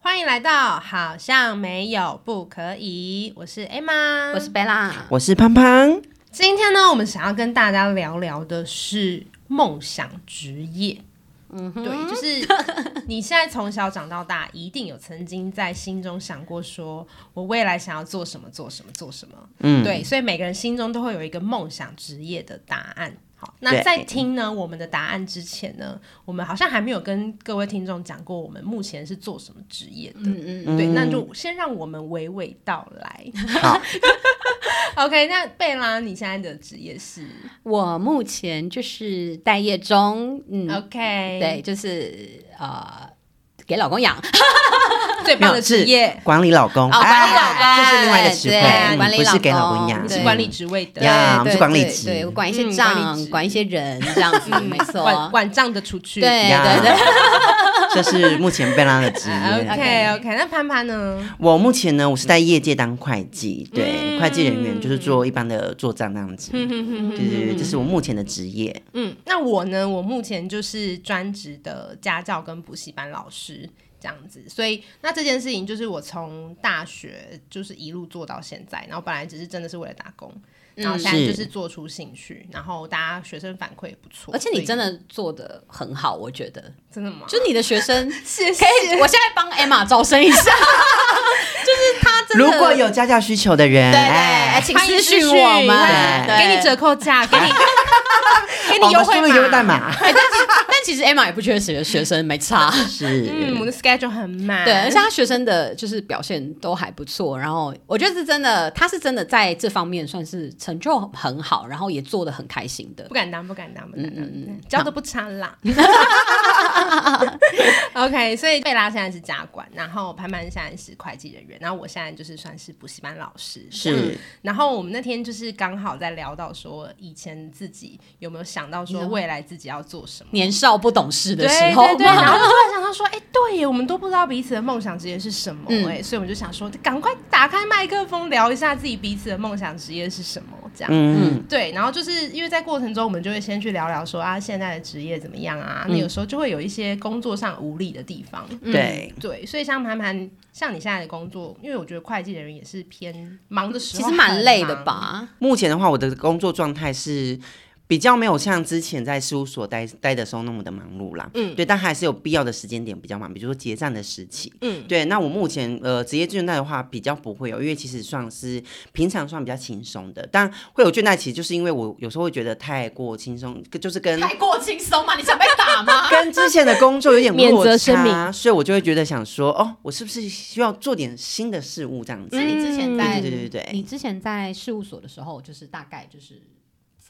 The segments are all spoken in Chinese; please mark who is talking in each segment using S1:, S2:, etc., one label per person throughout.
S1: 欢迎来到好像没有不可以，我是 Emma，
S2: 我是贝拉，
S3: 我是胖胖。
S1: 今天呢，我们想要跟大家聊聊的是梦想职业。嗯，对，就是 你现在从小长到大，一定有曾经在心中想过说，我未来想要做什么，做什么，做什么。嗯，对，所以每个人心中都会有一个梦想职业的答案。好，那
S3: 对
S1: 在听呢我们的答案之前呢，我们好像还没有跟各位听众讲过我们目前是做什么职业的。嗯嗯，对，那就先让我们娓娓道来。
S3: 好，
S1: OK，那贝拉，你现在的职业是
S2: 我目前就是待业中，嗯
S1: OK，
S2: 对，就是呃，给老公养，
S1: 最棒的职业，
S3: 管理老公，
S2: 哦管理老公
S3: 哎这是另外一个词
S2: 对
S3: 汇，
S2: 管理
S3: 你不
S2: 老
S3: 是给老
S2: 公
S3: 公养，
S1: 你
S2: 对
S1: 是管理职位的
S3: 呀啊我们
S2: 对
S3: 是管理
S2: 对
S3: 职
S2: 对，我管一些
S1: 嗯管理
S2: 账，
S1: 职
S2: 管嗯一些人，这样子，没错，
S1: 管管账的出去。
S2: 啊对对
S3: 呀
S2: 对，
S3: 这是目前贝拉的职
S2: 啊
S3: 业。
S1: 啊 OK OK，那潘潘呢？
S3: 我目前呢，我是在业界当会计，对，会计人员就是做一般的做账那样子。对对对，这是我目前的职业。
S1: 嗯，那我呢？我目前就是专职的家教跟补习班老师这样子，所以那这件事情就是我从大学就是一路做到现在，然后本来只是真的是为了打工，
S2: 嗯
S1: 然后现在
S3: 是
S1: 就是做出兴趣，然后大家学生反馈也不错，
S2: 而且
S1: 所
S2: 你
S1: 以
S2: 真的做的很好，我觉得，
S1: 真的吗？
S2: 就你的学生 可
S1: 谢谢
S2: 以，我现在帮 Emma 招生一 下，就是他真的，
S3: 如果有家教需求的人，
S2: 对对，哎
S3: 哎，
S2: 请
S1: 欢迎
S2: 私
S1: 私
S2: 讯
S1: 讯
S2: 我们，
S3: 欢
S2: 对
S1: 给你折。扣价， 给你给
S3: 我
S1: 你
S3: 们
S1: 优
S3: 输
S1: 惠
S3: 入优惠代码
S2: 哎但其但其实 Emma 也不缺学学生，没差。
S3: 是
S1: 嗯，我们的 schedule 很满，
S2: 对，而且他学生的就是表现都还不错，然后我觉得是真的，他是真的在这方面算是成就很好，然后也做的很开心的
S1: 不。敢当，不敢当，
S2: 嗯
S1: 不敢当，教的不差啦。OK，所以贝拉现在是家管，然后潘潘现在是会计人员，然后我现在就是算是补习班老师。
S3: 是，
S1: 然后我们那天就是刚好在聊到说，以前自己有没有想到说未来自己要做什么？
S2: 年少不懂事的
S1: 对
S2: 时候
S1: 对对，然后就突然想到说，哎、对耶，我们都不知道彼此的梦想职业是什么，
S2: 嗯
S1: 哎、所以我们就想说，赶快打开麦克风聊一下自己彼此的梦想职业是什么，这样。
S3: 嗯，
S1: 对，然后就是因为在过程中，我们就会先去聊聊说啊，现在的职业怎么样啊？那有时候就会有一些工作上无力的地方。
S3: 嗯
S2: 嗯
S3: 对，
S1: 对，所以像盘盘，像你现在的工作，因为我觉得会计人员也是偏忙的时
S2: 其
S1: 候，
S2: 实蛮累的？吧？
S3: 目前的话，我的工作状态是比较没有像之前在事务所待待的时候那么的忙碌啦。嗯，对，但还是有必要的时间点比较忙，比如说结账的时期。嗯，对。那我目前呃职业倦怠的话比较不会有，因为其实算是平常算比较轻松的，但会有倦怠，其实就是因为我有时候会觉得太过轻松，就是 跟。
S2: 过轻松嘛？你想被打吗？
S3: 跟之前的工作有点
S1: 免责
S3: 落差，
S1: 声明
S3: 所以我就会觉得想说，哦，我是不是需要做点新的事物这样子？
S2: 那
S1: 嗯
S2: 你之前在
S3: 嗯对对对对对
S2: 你之前在事务所的时候，就是大概就是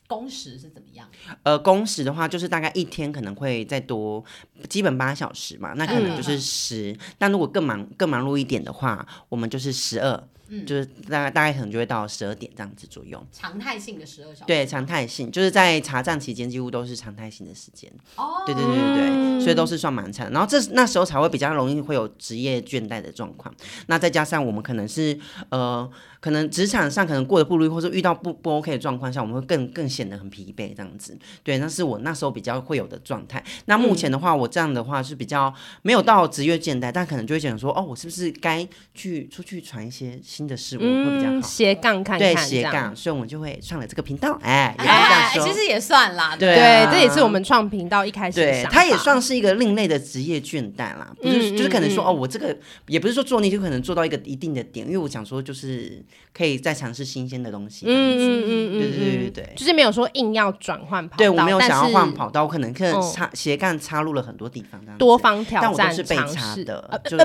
S2: 工时是怎么样？
S3: 呃，工时的话，就是大概一天可能会再多，基本八小时嘛，那可能就是十、但如果更忙、更忙碌一点的话，我们就是十二、就是大概大概可能就会到十二点这样子左右。
S2: 常态性的十二小时？
S3: 对，常态性就是在查账期间几乎都是常态性的时间。
S2: 哦
S3: 对对对对对，所以都是算蛮长。然后这那时候才会比较容易会有职业倦怠的状况。那再加上我们可能是呃，可能职场上可能过得不如意，或者遇到不不 OK 的状况下，我们会更更显得很疲惫这样子。对，那是我那时候比较会有的状态。那目前的话，我这样的话是比较没有到职业倦怠，但可能就会想说，哦，我是不是该去出去传一些新的事物会比较
S1: 嗯，
S3: 好？
S1: 斜杠看看，
S3: 对斜。杠，所以我们就会创了这个频道，哎，也是这样
S2: 哎，
S3: 说。
S2: 其实也算啦，
S3: 对
S1: 对
S3: 啊，
S1: 这也是我们创频道一开始的
S3: 对
S1: 想，法
S3: 它也算是一个另类的职业倦怠啦，不是、
S1: 嗯
S3: 就是可能说、
S1: 嗯
S3: 哦，我这个也不是说做腻，就可能做到一个一定的点，因为我想说就是可以再尝试新鲜的东西。嗯，
S1: 嗯嗯嗯嗯，
S3: 对对对对
S1: 嗯
S3: 对
S1: 就是没有说硬要转换跑道，
S3: 对我没有
S1: 但
S3: 想要
S1: 是
S3: 换跑道，我可能可能
S1: 嗯
S3: 插、斜杠插入了很多地方这样子
S1: 多方挑
S3: 但我都
S1: 战
S3: 是被
S1: 尝
S3: 插
S1: 试
S3: 的，就是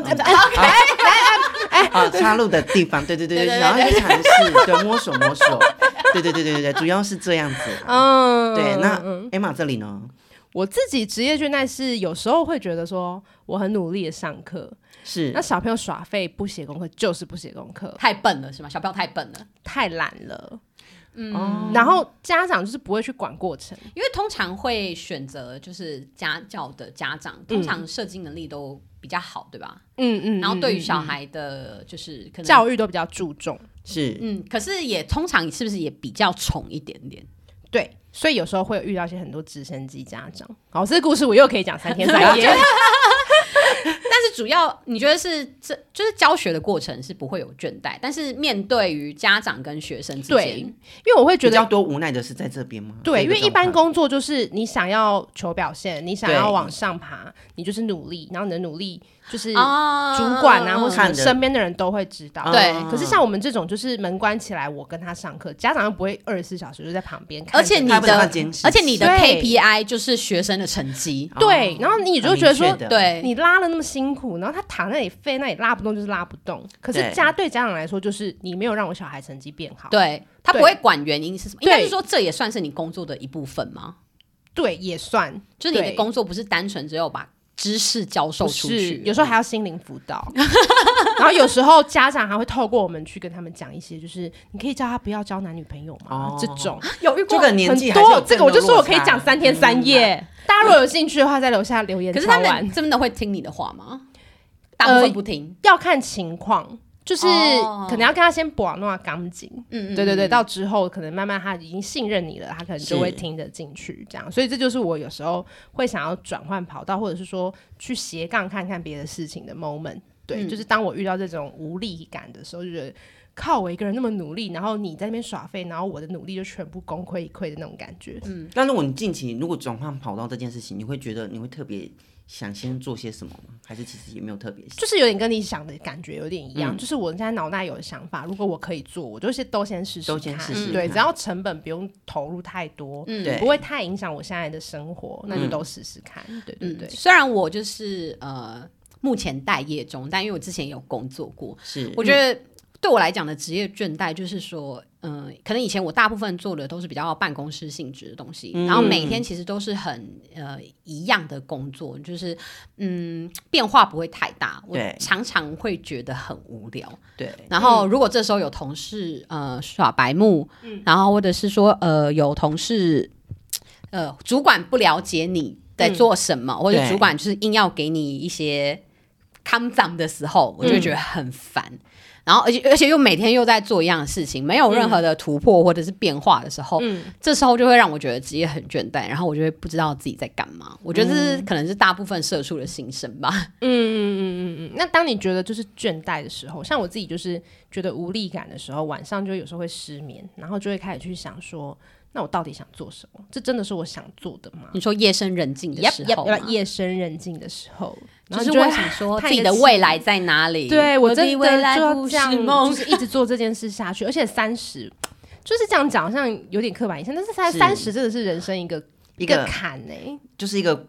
S3: 啊，插入的地方，对对对对，然后去尝试，对，摸索摸索，对对对对对对，主要是这样子啦。
S1: 嗯，
S3: 对，那
S1: 嗯嗯
S3: Emma 这里呢？
S1: 我自己职业倦怠是有时候会觉得说我很努力的上课，
S3: 是
S1: 那小朋友耍废不写功课就是不写功课，
S2: 太笨了是吗？小朋友太笨了，
S1: 太懒了。嗯
S3: 哦，
S1: 然后家长就是不会去管过程，
S2: 因为通常会选择就是家教的家长，通常射精能力都比较好，对吧？
S1: 嗯嗯，
S2: 然后对于
S1: 嗯
S2: 小孩的，就是可能
S1: 教育都比较注重，
S3: 是
S2: 嗯，可是也通常是不是也比较宠一点点？
S1: 对，所以有时候会遇到一 些很多直升机家长。好，这个故事我又可以讲三天三夜，
S2: 但是主要你觉得是这就是教学的过程是不会有倦怠，但是面对于家长跟学生之
S1: 对，
S2: 间，
S1: 因为我会觉
S3: 比
S1: 得
S3: 较多无奈的是在这边吗？
S1: 对，
S3: 这
S1: 因
S3: 个
S1: 为一般
S3: 状况
S1: 工作就是你想要求表现，你想
S3: 对
S1: 要往上爬，你就是努力，然后你的努力就是
S2: 啊
S1: 主管啊，或什么
S3: 看着
S1: 身边的人都会知道。
S2: 对
S3: 啊
S1: 可是像我们这种，就是门关起来，我跟他上课，家长又不会二十四小时就在旁边看着，
S2: 而且你
S3: 他不能
S2: 的
S3: 看监视器
S2: 而且你的
S1: 对
S2: KPI 就是学生的成绩，
S1: 对，然后你也就会觉得说
S3: 很明确，的
S2: 对，
S1: 你拉了那么辛苦，然后他躺那里废，那里拉不动就是拉不动。可是
S3: 对
S1: 家对家长来说，就是你没有让我小孩成绩变好，
S2: 对他不
S1: 对
S2: 会管原因是什么，应该
S1: 对
S2: 是说这也算是你工作的一部分吗？
S1: 对也算
S2: 就是你的
S1: 对
S2: 工作不是单纯只有把知识教授
S1: 不
S2: 出
S1: 是
S2: 去，，
S1: 有时候还要心灵辅 导。然后有时候家长还会透过我们去跟他们讲一些，就是你可以叫他不要交男女朋友吗？
S3: 哦
S1: 这种
S2: 有遇
S3: 这
S2: 过
S3: 个年
S1: 很
S3: 纪还是有
S1: 多，这个我就
S3: 正的
S1: 说
S3: 落
S1: 我
S3: 差
S1: 可以讲三天三夜。大家如果有兴趣的话，再留下留言。
S2: 可是他
S1: 超晚
S2: 们真的会听你的话吗？大
S1: 呃
S2: 部分不听，
S1: 要看情况，就是
S2: 哦
S1: 可能要跟他先把弄钢筋。
S2: 嗯嗯，
S1: 对对对，
S2: 嗯，
S1: 到之后可能慢慢他已经信任你了，他可能就是会听得进去这样。所以这就是我有时候会想要转换跑道，或者是说去斜杠看看别的事情的 moment。对，
S2: 嗯
S1: 就是当我遇到这种无力感的时候，就觉得靠我一个人那么努力，然后你在那边耍废，然后我的努力就全部功亏一篑的那种感觉。
S3: 但如果你近期如果转换跑道这件事情，你会觉得你会特别想先做些什么吗？还是其实也没有特别想？
S1: 就是有点跟你想的感觉有点一
S2: 嗯
S1: 样，就是我现在脑袋有想法，如果我可以做，我就先都先试试看，
S3: 都先试试
S1: 对，
S3: 看
S1: 只要成本不用投入太多，
S2: 嗯
S3: 对
S1: 不会太影响我现在的生活，那就都试试看，对对对
S2: 嗯，。虽然我就是呃目前待业中，但因为我之前也有工作过，
S1: 嗯
S3: 是
S2: 我觉得对我来讲的职业倦怠就是说，嗯、可能以前我大部分做的都是比较办公室性质的东西，
S1: 嗯
S2: 然后每天其实都是很呃一样的工作，就是嗯变化不会太大，我
S3: 对
S2: 常常会觉得很无聊。
S3: 对，
S2: 然后如果这时候有同事呃耍白目，然后或者是说呃有同事呃主管不了解你在做什么，或者
S3: 对
S2: 主管就是硬要给你一些 come down 的时候，我就会觉得很烦。然后，而且而且又每天又在做一样的事情，没有任何的突破或者是变化的时候，这时候就会让我觉得职业很倦怠，然后我就会不知道自己在干嘛。我觉得这是、可能是大部分社畜的心声吧。
S1: 嗯那当你觉得就是倦怠的时候，像我自己就是觉得无力感的时候，晚上就有时候会失眠，然后就会开始去想说，那我到底想做什么？这真的是我想做的吗？
S2: 你说夜深人静的
S1: 要
S2: 时候吗，
S1: 夜深人静的时候，然后
S2: 就是
S1: 就会
S2: 会想 说
S1: 叹
S2: 自
S1: 一
S2: 己
S1: 个
S2: 的
S1: 气
S2: 未来在哪里？
S1: 对我真
S2: 的
S1: 的
S2: 未
S1: 就
S2: 来
S1: 要
S2: 不
S1: 这
S2: 是
S1: 样，
S2: 梦
S1: 就。是一直做这件事下去，而且三十就是这样讲，好像有点刻板印象，但是才
S3: 是
S1: 三十真的是人生一个
S3: 一
S1: 个
S3: 个
S1: 坎哎、
S3: 就是一个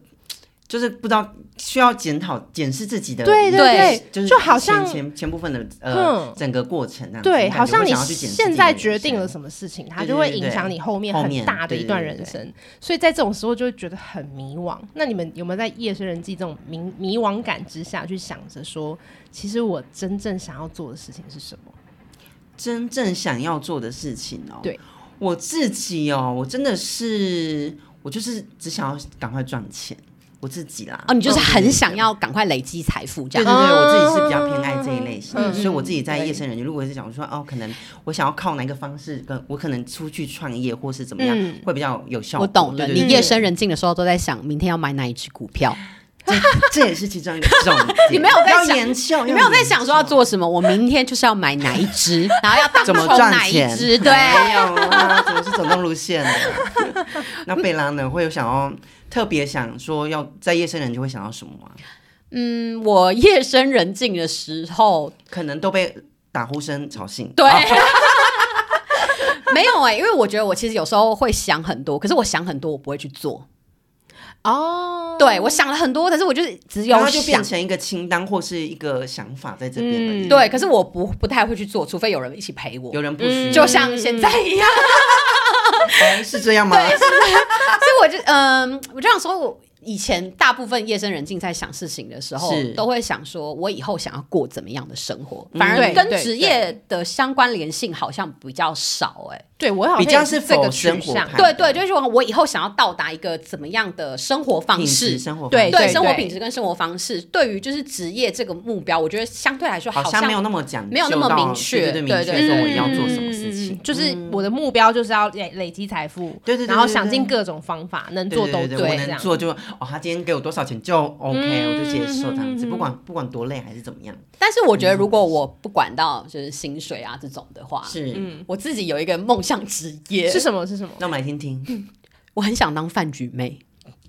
S3: 就是不知道需要检讨检视自己的
S1: 对
S2: 对对
S3: 就是就是
S1: 就好像
S3: 前前前部分的呃
S1: 嗯
S3: 整个过程那啊样子
S1: 对，
S3: 感觉
S1: 好像
S3: 会
S1: 你
S3: 想要去检视自己
S1: 现
S3: 的
S1: 在
S3: 人
S1: 决定
S3: 生
S1: 了什么事情，它
S3: 对
S1: 就
S3: 对
S1: 会
S3: 对
S1: 影
S3: 对
S1: 响你后面
S3: 后
S1: 很
S3: 面
S1: 大的一
S3: 对
S1: 段
S3: 对对
S1: 人生，所以在这种时候就会觉得很迷惘。那你们有没有在夜深人静这种迷迷惘感之下去想着说，其实我真正想要做的事情是什么？
S3: 真正想要做的事情哦。
S1: 对，
S3: 我自己哦，我真的是，我就是只想要赶快赚钱，我自己啦。
S2: 哦，你就是
S3: 对
S2: 很想。要赶快累积财富这
S3: 对对
S2: 样。
S1: 嗯
S3: 对对，我自己是比较偏爱这一类型的，
S1: 嗯
S3: 所以我自己在
S1: 嗯
S3: 夜深人静，如果是想说哦，可能我想要靠哪一个方式，跟我可能出去创业或是怎么样，
S1: 嗯
S3: 会比较有效
S2: 我
S3: 果。
S2: 懂了，
S3: 对对对
S2: 你夜深人静的时候都在想明天要买哪一只股票，
S3: 这也是其中一种。
S2: 你没有在
S3: 要
S2: 想
S3: 研究，
S2: 你没有在
S3: 研
S2: 想说
S3: 究
S2: 要做什么，我明天就是要买哪一只，然后要当
S3: 怎么
S2: 冲
S3: 赚
S2: 哪一
S3: 钱？
S2: 只，对。
S3: 没有啊，怎么是走动路线的？那贝拉呢？会有想要特别想说要在夜深人就会想到什么吗？
S2: 嗯，我夜深人静的时候，
S3: 可能都被打呼声吵醒。
S2: 对
S3: 啊，
S2: 没有哎、因为我觉得我其实有时候会想很多，可是我想很多我不会去做。
S1: 哦，
S2: 对我想了很多，可是我就是只有
S3: 然后就变
S2: 想。
S3: 成一个清单或是一个想法在这边而已。
S2: 对，可是我不不太会去做，除非有人一起陪我
S3: 嗯有，嗯人不许，
S2: 就像现在一样。
S3: 哎是这样吗？
S2: 所以我就嗯，我就想说，我以前大部分夜深人静在想事情的时候
S3: 是，嗯
S2: 都会想说我以后想要过怎么样的生活，反而
S1: 对
S2: 跟
S1: 对
S2: 职业的相关联性好像比较少哎、
S1: 对我好像
S3: 比较
S1: 也
S3: 是
S1: 是这个
S3: 否
S1: 取
S3: 生活
S1: 向
S3: 派
S2: 对对，就是我以后想要到达一个怎么样的生活方
S3: 饮食
S2: 式。
S3: 生活
S1: 对
S3: 方
S2: 对
S3: 式
S2: 生活
S1: 对
S2: 品质跟生活方式，对于就是职业这个目标，我觉得相对来说
S3: 好
S2: 像
S3: 像没有那么讲究到，
S2: 没有那么明确
S3: 对对
S2: 对
S3: 对，
S2: 对
S3: 明确说
S2: 对
S3: 我要做什么事
S1: 嗯
S3: 情。
S1: 就是我的目标就是要累累积财富，
S3: 对对对对
S1: 然后想尽
S3: 对
S1: 各种方法，能
S3: 对
S1: 做
S3: 对
S1: 都
S3: 对
S1: 做
S3: 我
S1: 这
S3: 能
S1: 样。
S3: 做就哦，他今天给我多少钱就 OK，、我就接受这样子，不管不管多累还是怎么样，
S2: 但是我觉
S3: 嗯
S2: 得，如果我不管到就是薪水啊这种的话，
S3: 是。
S2: 我自己有一个梦想职业，
S1: 是什么？是什么？
S3: 那我们来听听，
S2: 我很想当饭局妹。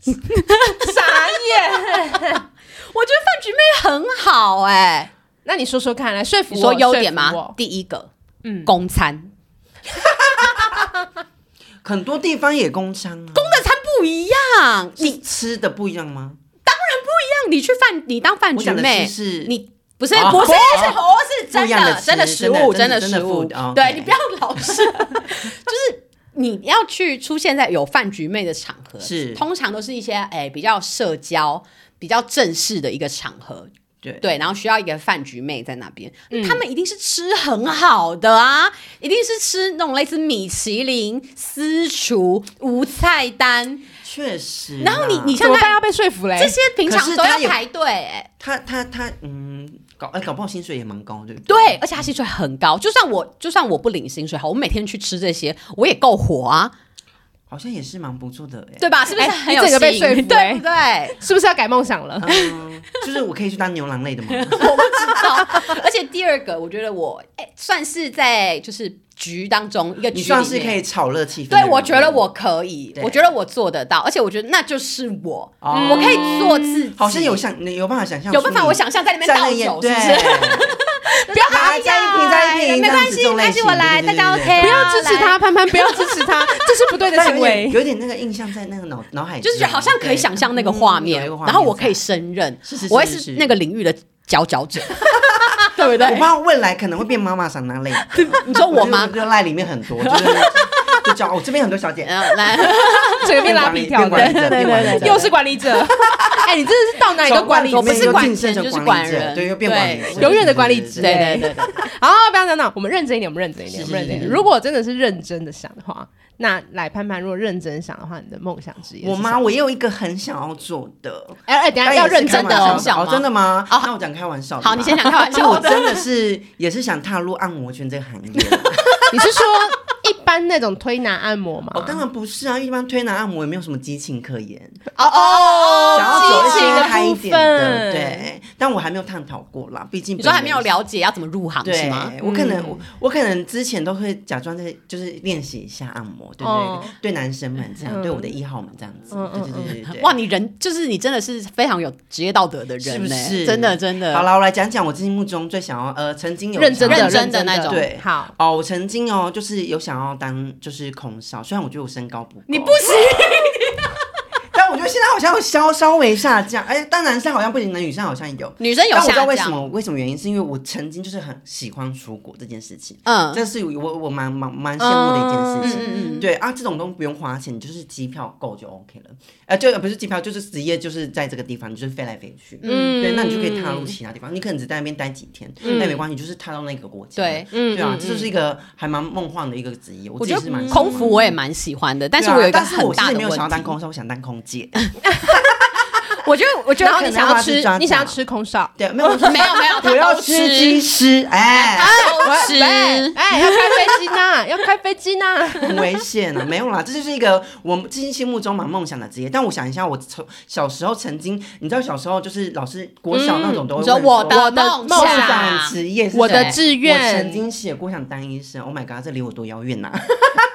S1: 傻眼！
S2: 我觉得饭局妹很好哎、
S1: 那你说说看，来说服
S2: 你
S1: 我
S2: 说优点
S1: 说服
S2: 吗
S1: 我？
S2: 第一个，嗯，公餐，
S3: 很多地方也工商啊，
S2: 公的餐不一样。你
S3: 是吃的不一样吗？
S2: 让你去饭，你当饭
S3: 我
S2: 局
S3: 讲的
S2: 妹
S3: 吃，是
S2: 你不是
S3: 哦
S2: 不是是哦是
S3: 不
S2: 真
S3: 一样的
S2: 的
S3: 吃
S2: 真的食物
S3: 真的真的
S2: 食物
S3: 真的 food，哦，
S2: 对
S3: OK
S2: 你不要老是 就是。你要去出现在有饭局妹的场合，
S3: 是
S2: 通常都是一些哎、比较社交、比较正式的一个场合，
S3: 对嗯
S2: 对，然后需要一个饭局妹在那边，他们一定是吃很好的啊，一定是吃那种类似米其林、私厨、无菜单，
S3: 确实啦。
S2: 然后你你
S1: 怎
S2: 像
S1: 么
S2: 看
S1: 办？要被说服嘞？
S2: 这些平
S3: 哎可
S2: 常
S3: 是
S2: 都
S3: 他
S2: 要
S3: 有
S2: 排队、哎。
S3: 他他他嗯，搞哎、搞不好薪水也蛮高，对不对？
S2: 对，而且他薪水很高，就算我就算我不领薪水，好，我每天去吃这些，我也够活啊，
S3: 好像也是蛮不错的哎、
S2: 对吧？是不是
S1: 哎
S2: 很
S1: 你
S2: 有
S1: 整
S2: 吸
S1: 个被
S2: 引
S1: 说
S2: 力？
S1: 服
S2: 对
S1: 哎
S2: 不对？
S1: 是不是要改梦想了？
S3: 嗯，就是我可以去当牛郎类的 吗？
S2: 我不知道。而且第二个，我觉得我哎、算是在就是局当中一个局
S3: 你
S2: 里
S3: 算是
S2: 面
S3: 可以炒热气氛的
S2: 对，
S3: 人。
S2: 我觉得我可以，
S3: 对
S2: 我觉得我做得到，而且我觉得那就是我，
S3: 哦
S2: 我可以做自己。
S3: 好像有想有办法想象出你，
S2: 有办法，我想象在里面
S3: 在
S2: 倒
S3: 那演
S2: 酒，是
S3: 对
S2: 不是？ 不 要哎
S3: 来再一瓶再一瓶
S2: 没
S3: 这样
S2: 关
S3: 子
S2: 系，
S3: 这种
S2: 没关
S3: 类
S2: 系，
S3: 型
S2: 我
S3: 对
S2: 来，
S3: 对
S2: 大
S3: 对
S2: 家
S3: 对
S2: OK
S3: 对
S2: 啊。
S1: 不要支持
S2: 来
S1: 他，潘潘，不要支持他，这是不对的
S3: 但
S1: 行
S3: 有点
S1: 为。
S3: 有点那个印象在那个脑脑海之中，
S2: 就是觉得好像可以想象那个
S3: 对
S2: 画
S3: 嗯
S2: 面
S3: 有一个，画
S2: 然后我
S3: 在
S2: 可以胜任
S3: 是是，是
S2: 我会
S3: 是
S2: 是
S3: 是
S2: 那个领域的佼佼 者，对不
S3: 我
S2: 对？
S3: 怕未来可能会变妈妈桑那 类的。
S2: 你说我吗
S3: 就？就赖里面很多， 就是就叫哦，这边很多小姐，
S2: 嗯，来，
S1: 这个被拉皮条
S3: 变管理
S1: 的，
S3: 者，变管理者
S1: 又是管理者。哎，你真的是到哪里都管理
S2: 我
S1: 者
S2: 不是
S3: 从管理
S2: 管
S3: 又晋升
S2: 人，
S3: 成
S2: 就是
S3: 管
S2: 管
S3: 理者
S2: 人，
S3: 对又变管理者
S1: 永远的管理者。
S2: 对 对对对，
S1: 好，不要讲闹，我们认真一点，我们认真一点，我
S3: 是
S1: 们认真一
S3: 是
S1: 点。
S3: 是
S1: 如果真的是认真的想的话，那来潘潘，如果认真想的话，你的梦想职业是
S3: 我
S1: 什么
S3: 妈，我也有一个很想要做的，
S2: 啊
S1: 哎哎，等一下
S3: 但
S1: 要
S3: 也是
S1: 认
S3: 开
S1: 真的哦
S3: 玩笑
S2: 很想
S3: 哦
S2: 吗
S3: 真的吗？
S2: 哦
S3: 那我讲开玩笑的吧。
S2: 好，你先讲开玩
S3: 就我
S2: 笑的。
S3: 真的是也是想踏入按摩圈这个行 业。
S1: 你是说一般那种推拿按摩吗？
S3: 哦，当然不是啊，一般推拿按摩也没有什么激情可言，
S2: 哦哦
S3: 想要走一
S1: 激情
S3: 些
S1: 的
S3: 嗨一
S1: 部
S3: 点的，
S1: 分
S3: 对。但我还没有探讨过啦，毕竟
S2: 你说还没有
S3: 本人
S2: 了解要怎么入行是
S3: 对
S2: 吗？，
S3: 我可能、我我可能之前都会假装在就是练习一下按摩，对对对，
S1: 哦
S3: 对男生们这样，
S1: 嗯
S3: 对我的一号们这样子，
S1: 嗯
S3: 对对对对对。
S2: 哇，你人就是你真的是非常有职业道德的
S3: 是
S2: 人
S3: 不
S2: 呢、
S3: 是
S2: 真的真的。
S3: 好了，我来讲讲我心目中最想要呃，曾经有
S1: 认真的
S3: 想要
S2: 认真的那种
S3: 对
S1: 好，
S3: 哦，我曾经哦，就是有想要当就是空少，虽然我觉得我身高不够，
S2: 你不行，
S3: 但我觉得现在好像有稍稍微下降，哎，但男生好像不行，男女生好像有。
S2: 女生有
S3: 但我不知道
S2: 下
S3: 为什
S2: 降，
S3: 么，为什么原因是因为我曾经就是很喜欢出国这件事情，
S2: 嗯
S3: 这是我我蛮蛮蛮羡慕的一件事
S2: 嗯
S3: 情。
S2: 嗯嗯，
S3: 对啊，这种都不用花钱，你就是机票够就 OK 了。呃，就不是机票，就是直接就是在这个地方，你就是飞来飞去。
S1: 嗯
S3: 对，那你就可以踏入其他地方。你可能只在那边待几天，
S2: 嗯
S3: 那没关系，就是踏到那个国家。
S2: 对，
S1: 嗯
S3: 对啊
S1: 嗯，
S3: 这就是一个还蛮梦幻的一个职业。我
S2: 我
S3: 自己
S2: 觉
S3: 是蛮
S2: 得
S3: 喜欢
S2: 空服我也蛮喜欢的，但
S3: 对
S2: 是
S3: 啊
S2: 我有一个
S3: 但是
S2: 很
S3: 我其
S2: 大
S3: 实
S2: 的
S3: 没有
S2: 问
S3: 想要当
S2: 题。
S3: 空少，我想当空 姐。
S2: 我觉得，我觉得
S1: 然后你
S2: 可能
S1: 想
S3: 要
S1: 要
S3: 去
S1: 吃
S3: 抓，
S1: 你想要
S3: 大
S1: 吃空少，
S3: 对，没有，我 说
S2: 没有没有，
S3: 我
S2: 他
S3: 要
S2: 都
S3: 吃鸡师，哎，
S2: 他都
S1: 哎
S2: 吃。
S1: 哎，要开飞机呢， 要开飞机呢。
S3: 很危险啊！没有啦，这就是一个我们自己心目中蛮梦想的职业。但我想一下，我从小时候曾经，你知道小时候就是老师国小那
S1: 嗯
S3: 种都会
S2: 你说
S3: 问
S2: 我
S3: 的
S2: 的梦
S1: 梦
S3: 想职业是什么，
S1: 我的志
S3: 我
S1: 愿
S3: 曾，经写过想当医生，Oh my god，这离我多遥远呐！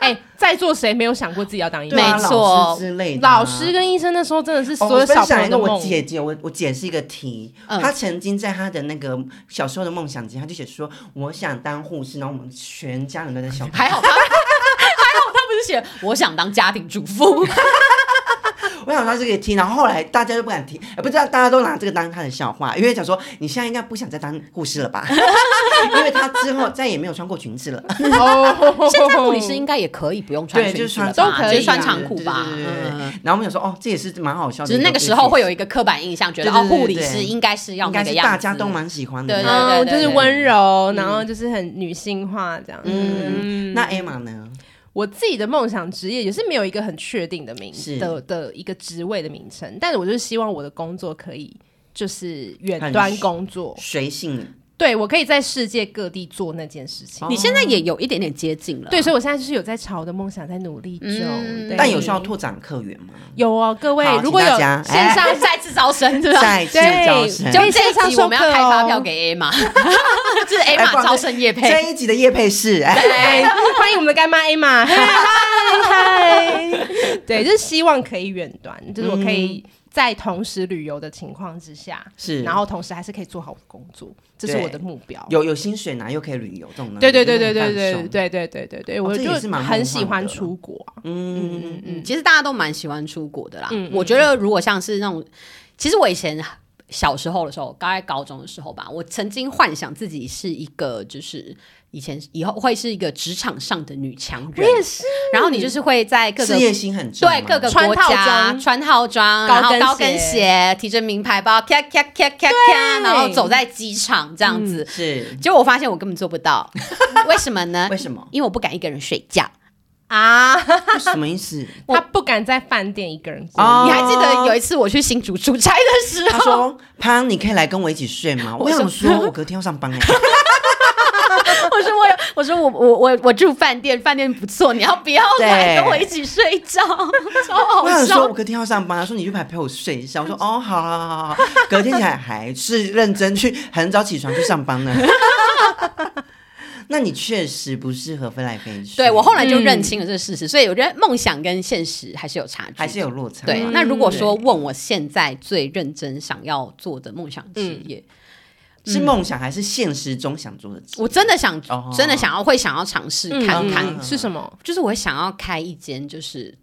S1: 哎，在座谁没有想过自己要当医
S3: 对
S1: 生？
S3: 啊
S2: 没错
S3: 老师之类的啊
S1: 老师。跟医生那时候真的是所
S3: 哦
S1: 有
S3: 我分
S1: 小朋
S3: 享
S1: 友
S3: 一个
S1: 的
S3: 我
S1: 梦。
S3: 姐姐，我我姐是一个题，
S2: 嗯
S3: 她曾经在她的那个小时候的梦想集，她就写说我想当护士，然后我们全家人都在笑。
S2: 还好他，还 好他不是写我想当家庭主妇，
S3: 我想说这个也听，然后后来大家就不敢听，呃不知道大家都拿这个当他的笑话，因为讲说你现在应该不想再当护士了吧？因为他之后再也没有穿过裙子了，
S1: 哦，
S2: 现在护理师应该也可以不用穿
S3: 对，
S2: 裙
S3: 就是
S2: 子了
S3: 穿
S2: 吧，
S1: 都可以啊
S2: 就是穿长裤吧。
S3: 对对对对对
S2: 嗯
S3: 对然后我们想说，哦，这也是蛮好笑的，
S2: 只是那个时候会有一个刻板印象，觉得
S3: 对
S2: 哦，
S3: 对对
S2: 护理
S3: 对
S2: 师应该是要
S3: 应
S2: 那
S3: 该
S2: 个
S3: 是
S2: 样子，
S3: 大家都蛮喜欢的。
S2: 对对对嗯
S1: 嗯，就是温柔，然后就是很女性化这样。
S3: 嗯
S1: 嗯，
S3: 那 Emma 呢？
S1: 我自己的梦想职业也是没有一个很确定的名
S3: 是
S1: 的的一个职位的名称，但是我就是希望我的工作可以就是远端工作，
S3: 随性
S1: 对我可以在世界各地做那件事情。
S2: 你现在也有一点点接近了，
S1: 对，所以我现在就是有在朝我的梦想在努力中，
S2: 嗯
S1: 对
S3: 但有需要拓展客源吗？
S1: 有哦，各位
S3: 好请
S1: 如果有
S3: 大家
S1: 线上
S2: 哎再次招生，是吧？
S3: 再次招生
S1: 对。
S2: 就
S1: 可以
S2: 这
S1: 线上
S2: 一集我们
S1: 授
S2: 要
S1: 课
S2: 开发票
S1: 哦
S2: 给 A 嘛，这是 A
S3: 哎
S2: 嘛招生业配，
S3: 这一集的叶配是，哎
S1: 对，欢迎我们的干妈 A 嘛，嗨嗨，对，就是希望可以远端，就是我可以在同时旅游的情况之下，
S3: 是
S1: 然后同时还是可以做好我的工作，这是
S3: 对
S1: 我的目标。
S3: 有有薪水拿，又可以旅游，这种
S1: 对对对对对对
S3: 能力真的很放松，
S1: 对对对对对，我
S3: 这
S1: 就
S3: 也是蛮梦
S1: 很喜
S3: 幻
S1: 欢
S3: 的
S1: 出国啊，
S3: 嗯，
S1: 嗯嗯
S2: 嗯，其实大家都蛮喜欢出国的啦。我觉得如果像是那种，其实我以前小时候的时候，大概高中的时候吧，我曾经幻想自己是一个就是。以前以后会是一个职场上的女强人，
S1: 是
S2: 然后你就是会在各个
S3: 事业心很重嘛，
S2: 对各个
S1: 穿
S2: 国
S1: 套
S2: 家
S1: 装
S2: 穿套装，
S1: 高
S2: 然后
S1: 跟
S2: 高跟
S1: 鞋
S2: 鞋，提着名牌包，咔咔咔咔咔，然后走在机场这样
S3: 嗯
S2: 子。
S3: 是
S2: 结果我发现我根本做不到， 为什么呢
S3: 为？什么？
S2: 因为我不敢一个人睡觉。
S1: 啊，
S3: 什么意 思？
S1: 他不敢在饭店一个人过夜。
S3: 哦
S2: 你还记得有一次我去新竹出差的时
S3: 他
S2: 候，
S3: 说：“潘，你可以来跟我一起睡吗？”我想说，我隔天要上 班哎，
S2: 我说我有，我说我我我我住饭店，饭店不错，你要不要来
S3: 对
S2: 跟我一起睡 觉？超好
S3: 我想说，
S2: 笑
S3: 我。隔天要上班，他说你去陪陪我睡 一下。我说哦，好好好好好。隔天起来还是认真去，很早起床去上班呢。 那你确实不适合飞来飞去。
S2: 对我后来
S3: 嗯
S2: 就认清了这个事实，所以我觉得梦想跟现实还是有差距。
S3: 还是有落差。
S2: 对，
S1: 嗯
S2: 那如果说问我现在最认真想要做的梦想职业，
S1: 嗯
S3: 是梦想还是现实中想做的职业？
S2: 我真的想
S3: 哦，
S2: 真的想要会想要尝试看
S1: 嗯
S2: 看，
S3: 嗯
S1: 是什么？
S2: 就是我想要开一间就是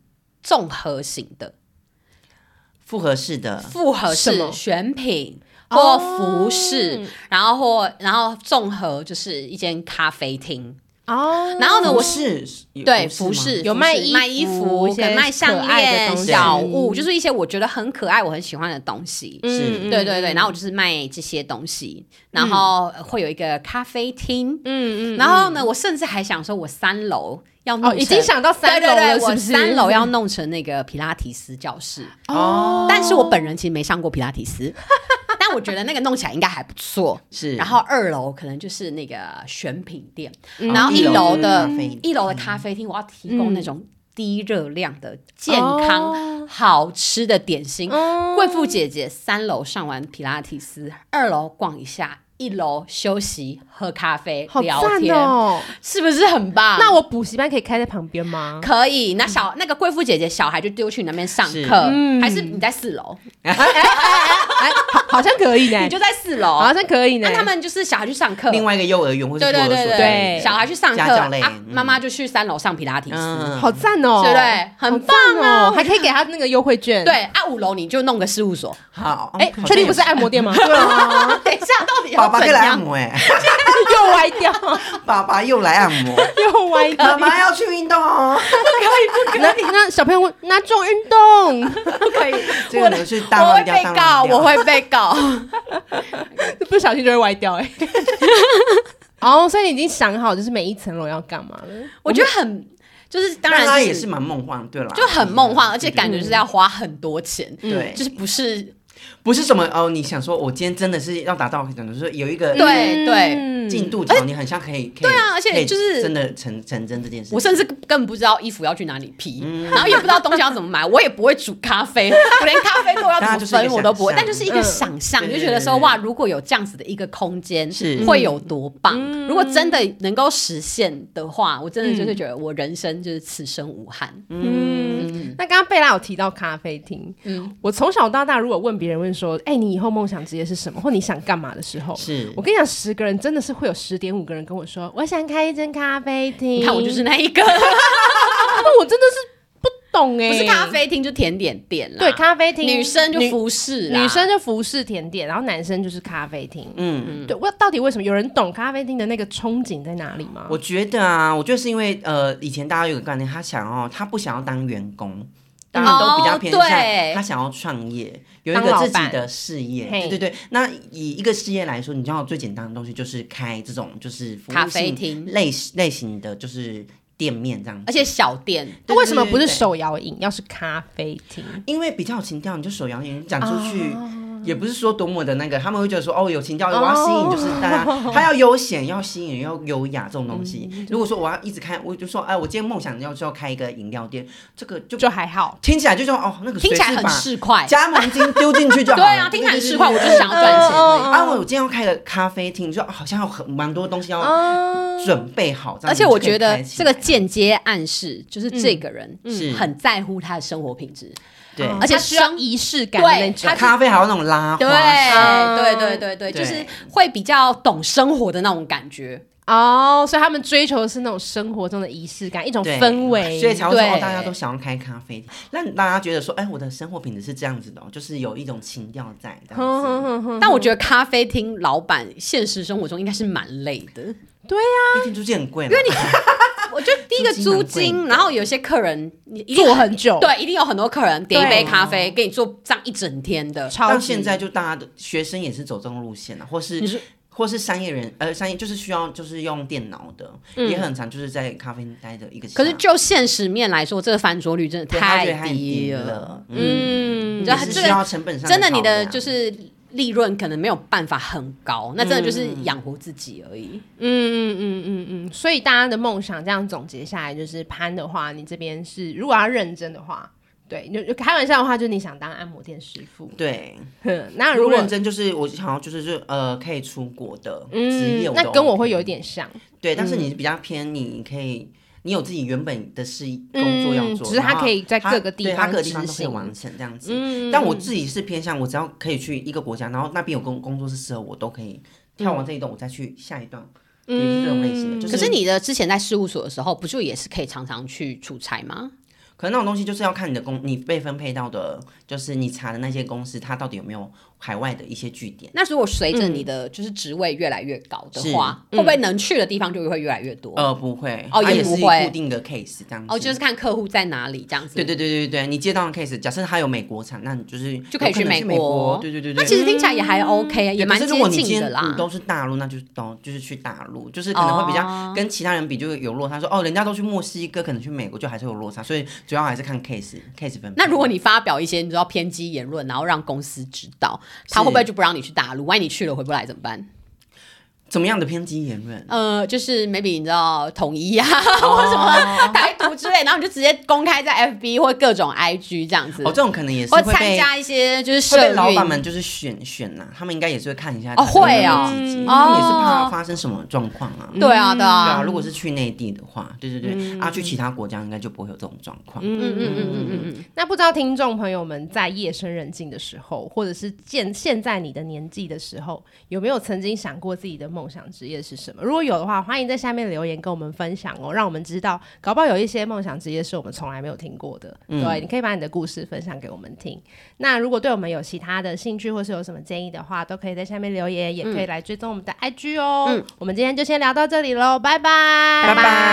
S2: 综合型的
S3: 复合式的
S2: 复合
S1: 什
S2: 式
S1: 么哦
S2: 选品或服饰，然后或然后综合就是一间咖啡厅，
S1: 哦，
S2: 然后呢，
S3: 服
S2: 我
S3: 饰
S2: 对
S3: 服
S2: 服
S3: 饰
S1: 有
S2: 饰服饰
S3: 吗
S1: 卖衣
S2: 卖衣
S1: 服
S2: 服，
S1: 一
S2: 可
S1: 些
S2: 能卖
S1: 可
S2: 项
S1: 爱的
S2: 链、
S1: 东西
S2: 小物，就是一些我觉得很可爱、我很喜欢的东西。
S1: 嗯
S3: 是
S2: 对对对，然后我就是卖这些东西，然后呃会有一个咖啡厅，
S1: 嗯嗯，
S2: 然后呢，我甚至还想说，我三楼要弄
S1: 哦，
S2: 成
S1: 已经想到三楼了，
S2: 对对对
S1: 是
S2: 我
S1: 不是？
S2: 三楼要弄成那个皮拉提斯教室，
S3: 哦，
S2: 但是我本人其实没上过皮拉提斯， 但我觉得那个弄起来应该还不错。
S3: 是，
S2: 然后二楼可能就是那个选品店，
S1: 嗯
S2: 然后一楼的
S3: 一楼的咖啡厅
S2: 一楼的咖啡厅，我要提供那种低热量的健
S1: 哦
S2: 康好吃的点心。
S1: 哦
S2: 贵妇姐姐三楼上完皮拉提斯，二楼逛一下，一楼休息喝咖啡
S1: 好
S2: 聊
S1: 赞
S2: 天，
S1: 哦！
S2: 是不是很棒？
S1: 那我补习班可以开在旁边吗？
S2: 可以，那小那个贵妇姐姐小孩就丢去你那边上
S3: 是嗯
S2: 课，还是你在四楼，
S1: 哎，好好像可以呢，
S2: 你就在四楼，
S1: 好像可以呢。
S2: 那他们就是小孩去上课，
S3: 另外一个幼儿园或者
S2: 对对对
S1: 对
S2: 小孩去上课，
S3: 家教类
S2: 啊
S3: 嗯
S2: 妈妈就去三楼上皮拉提斯，
S3: 嗯，
S1: 好赞哦，
S2: 对不对？很
S1: 好
S2: 棒
S1: 赞
S2: 啊！
S1: 哦，还可以给他那个优惠券。
S2: 对，啊，五楼你就弄个事务所。
S3: 好，
S1: 哎，
S3: 好
S1: 确定不是
S3: 像
S1: 按摩店吗？
S3: 对啊，
S2: 等一下，到底
S3: 爸
S2: 要
S3: 爸可
S2: 怎
S3: 以来按
S2: 样？
S3: 摩哎，
S1: 又歪 掉，
S3: 爸爸又来按 摩，
S1: 又歪掉。
S3: 妈妈要去运动哦。
S1: 那那小朋友问哪种运动？
S2: 不可以，
S3: 这个
S2: 我
S3: 可能是大
S2: 我
S3: 乱
S2: 会
S3: 掉
S2: 被告，
S3: 大乱掉
S2: 我会被 告。
S1: 不小心就会歪掉哎。 哦，所以你已经想好就是每一层楼要干嘛了？
S2: 我觉得很，就是当然
S3: 他
S2: 就
S3: 也是蛮梦幻，对啦，
S2: 就很梦幻，而且感觉
S3: 对
S2: 就是要花很多钱，
S3: 嗯对
S2: 就是不是
S3: 不是什么哦，你想说我今天真的是要达到，可能就是有一个
S2: 对对。
S1: 嗯
S3: 进度条，你很像可以对
S2: 对啊而且就是
S3: 真的成成真这件事情，
S2: 我甚至更不知道衣服要去哪里批，
S3: 嗯
S2: 然后也不知道东西要怎么买，我也不会煮咖啡，我连咖啡豆要怎么分我都不会，
S3: 大
S2: 但
S3: 家
S2: 就
S3: 就
S2: 是
S3: 是
S2: 一
S3: 一
S2: 个想象，
S3: 嗯
S2: 你就觉得
S3: 对对
S2: 说
S3: 对对
S2: 哇，如果有这样子的一个空间，
S3: 是
S2: 会有多棒。如果真的能够实现的话，我真的就是觉得我人生就是此生无憾。
S1: 嗯，那刚刚贝拉有提到咖啡厅，嗯，我从小到大如果问别人问说，哎、你以后梦想职业是什么，或你想干嘛的时候，
S3: 是
S1: 我跟你讲，十个人真的是会有十点五个人跟我说，我想开一间咖啡厅。
S2: 你看我就是，那一个，
S1: 那我真的是不懂哎、
S2: 不是咖，啡厅就甜点店啦，
S1: 对，咖啡厅，
S2: 女生就
S1: 女
S2: 服啊饰啦，
S1: 女生就服饰甜点，然后男生就是咖啡厅。
S3: 嗯。
S1: 对，我到底为什么有人懂咖啡厅的那个憧憬在哪里吗？
S3: 我觉得啊，我觉得是因为呃，以前大家有个概念，他想要他不想要当员工，大家都比较偏
S2: 哦对
S3: 向他想要创业，有一
S1: 当
S3: 个
S1: 老
S3: 自己
S1: 板
S3: 的事业。
S1: 嘿
S3: 对对对，那以一个事业来说，你知道最简单的东西就是开这种就是服务
S2: 咖啡
S3: 性
S2: 厅
S3: 类类型的就是店面这样子，
S2: 而且小店，
S1: 那为什么不是
S3: 对对对
S1: 手摇饮，要是咖啡厅？
S2: 哦
S3: 因为比较有情调，你就手摇饮讲出去，也不是说多么的那个，他们会觉得说哦，有情调，我要吸引就是大
S2: 哦
S3: 家，他要悠闲，要吸引，要优雅这种东西。
S2: 嗯
S3: 如果说我要一直开，我就说哎，我今天梦想要就要开一个饮料店，这个就
S1: 就还好。
S3: 听起来就说哦，那个
S2: 听起来
S3: 随时
S2: 很
S3: 把
S2: 市侩。
S3: 加盟金丢进去就好
S2: 对
S3: 了。
S2: 啊，听起来很市侩，我就想要
S1: 对
S2: 赚钱而已。
S1: 嗯
S3: 啊，我今天要开个咖啡厅，就哦好像有很蛮多东西要
S1: 嗯，
S3: 准备好，这
S2: 哦
S3: 样
S2: 而且
S3: 你就
S2: 我
S3: 可以
S2: 觉得
S3: 开嗯起
S2: 这个
S3: 来
S2: 间接暗示就是这个人
S3: 是
S2: 很在乎他的生活品质，
S3: 对
S1: 嗯
S2: 而且
S1: 他需要
S2: 生
S1: 仪式感的那
S2: 对
S1: 种
S2: 他。
S3: 咖啡还有那种拉花
S2: 哦对
S1: 嗯
S2: 对对对对，
S3: 对嗯
S2: 就是会比较懂生活的那种感觉。
S1: 哦，所以他们追求的是那种生活中的仪式感，一种
S3: 对
S1: 氛围，
S3: 所以才会说
S2: 对
S3: 哦，大家都想要开咖啡厅，让大家觉得说，哎，我的生活品质是这样子的、哦，就是有一种情调在这样子。
S2: 但我觉得咖啡厅老板现实生活中应该是蛮累的，
S3: 毕竟租金很贵嘛，因为你
S2: 我觉得第一个租
S3: 租金蛮贵
S2: 金，
S3: 的
S2: 然后有些客人你一定
S1: 坐很久，，
S2: 对，一定有很多客人点一
S1: 对
S2: 杯咖啡给你做这样一整天的，
S1: 超
S3: 到
S1: 级
S3: 现在就大家的学生也是走这种路线啊，或
S2: 你
S3: 是
S2: 说。
S3: 或是商业人，呃，商业就是需要就是用电脑的，也很常就是在咖啡厅待的一个下午。
S2: 可是就现实面来说，这个翻桌率真的
S3: 对他觉得
S2: 太低
S3: 低
S2: 了。，
S3: 嗯，
S1: 嗯，
S2: 你知道
S3: 也是
S2: 这
S3: 需
S2: 个
S3: 要成本上
S2: 真的，你
S3: 考
S2: 的
S3: 量
S2: 就是利润可能没有办法很高，那真的就是
S3: 嗯
S2: 养活自己而已。
S1: 嗯，所以大家的梦想这样总结下来，就是潘的话，你这边是如果要认真的话，对，就就开玩笑的话，就你想当按摩店师傅。
S3: 对，
S1: 哼那
S3: 如
S1: 如
S3: 果
S1: 果
S3: 认真就是我想要就是就呃可以出国的职业、我
S1: 那
S3: 都
S1: 跟我
S3: OK
S1: 会有一点像，
S3: 对，但是
S2: 嗯
S3: 你是比较偏，你可以，你有自己原本的事
S1: 嗯
S3: 工作要做，
S1: 只是它
S3: 然后
S1: 可以在
S3: 它
S1: 各个地
S3: 对它
S1: 方
S3: 各个地方
S1: 执
S3: 都可以
S1: 行
S3: 完成这样子。
S2: 嗯
S3: 但我自己是偏向，我只要可以去一个国家，然后那边有工工作是适合我，都可以跳完这一段，我再去下一段，也是这种类型的。就
S2: 嗯可是，你的之前在事务所的时候，不就也是可以常常去出差吗？
S3: 可能那种东西就是要看你的公，你被分配到的，就是你查的那些公司，它到底有没有海外的一些据点。
S2: 那如果随着你的就是职位越来越高的
S3: 嗯是嗯
S2: 话，会不会能去的地方就会越来越多？
S3: 呃，不会，
S2: 哦
S3: 它
S2: 也
S3: 也
S2: 不
S3: 是
S2: 会
S3: 固定的 case 这样子。
S2: 哦，就是看客户在哪里这样子。
S3: 对对对对对，你接到的 case，假设它有美国产，那你就是
S2: 就可以
S3: 有
S2: 去
S3: 能
S2: 美
S3: 去
S2: 国
S3: 国。对对对对，
S2: 那其实听起来也还 OK，、啊，也
S3: 嗯可
S2: 蛮
S3: 是
S2: 接
S3: 如果你
S2: 近
S3: 今
S2: 的
S3: 天嗯
S2: 啦
S3: 你。都是大陆，那就是都就是去大陆，就是可能会比
S2: 哦
S3: 较跟其他人比就有落差。说哦，人家都去墨西哥，可能去美国就还是有落差，所以主要还是看 case case 分配。
S2: 那如果你发表一些你知道偏激言论，然后让公司知道，他会不会就不让你去大陆？万一你去了回不来怎么办？
S3: 怎么样的偏激言论？
S2: 呃，就是 maybe 你知道统一啊，
S3: 哦
S2: 或者什么台独之类，然后你就直接公开在 FB 或各种 IG 这样子，
S3: 哦，这种可能也是
S2: 或
S3: 会
S2: 参
S3: 被
S2: 加一些就是社
S3: 会被
S2: 运。
S3: 老板们就是选选呐、啊他们应该也是会看一下
S2: 哦会哦
S3: 啊，他们也是
S2: 哦
S3: 怕发生什么状况啊。
S2: 对啊，对
S3: 对
S2: 啊
S3: 啊，，如果是去内地的话，对对对，啊，去其他国家应该就不会有这种状况。
S2: 嗯嗯嗯嗯嗯嗯，
S1: 那不知道听众朋友们在夜深人静的时候，或者是现现在你的年纪的时候，有没有曾经想过自己的梦想职业是什么？如果有的话，欢迎在下面留言跟我们分享哦，让我们知道，搞不好有一些梦想职业是我们从来没有听过的。对，你可以把你的故事分享给我们听。那如果对我们有其他的兴趣或是有什么建议的话，都可以在下面留言，也可以来追踪我们的 IG 哦。我们今天就先聊到这里喽，拜拜，
S3: 拜拜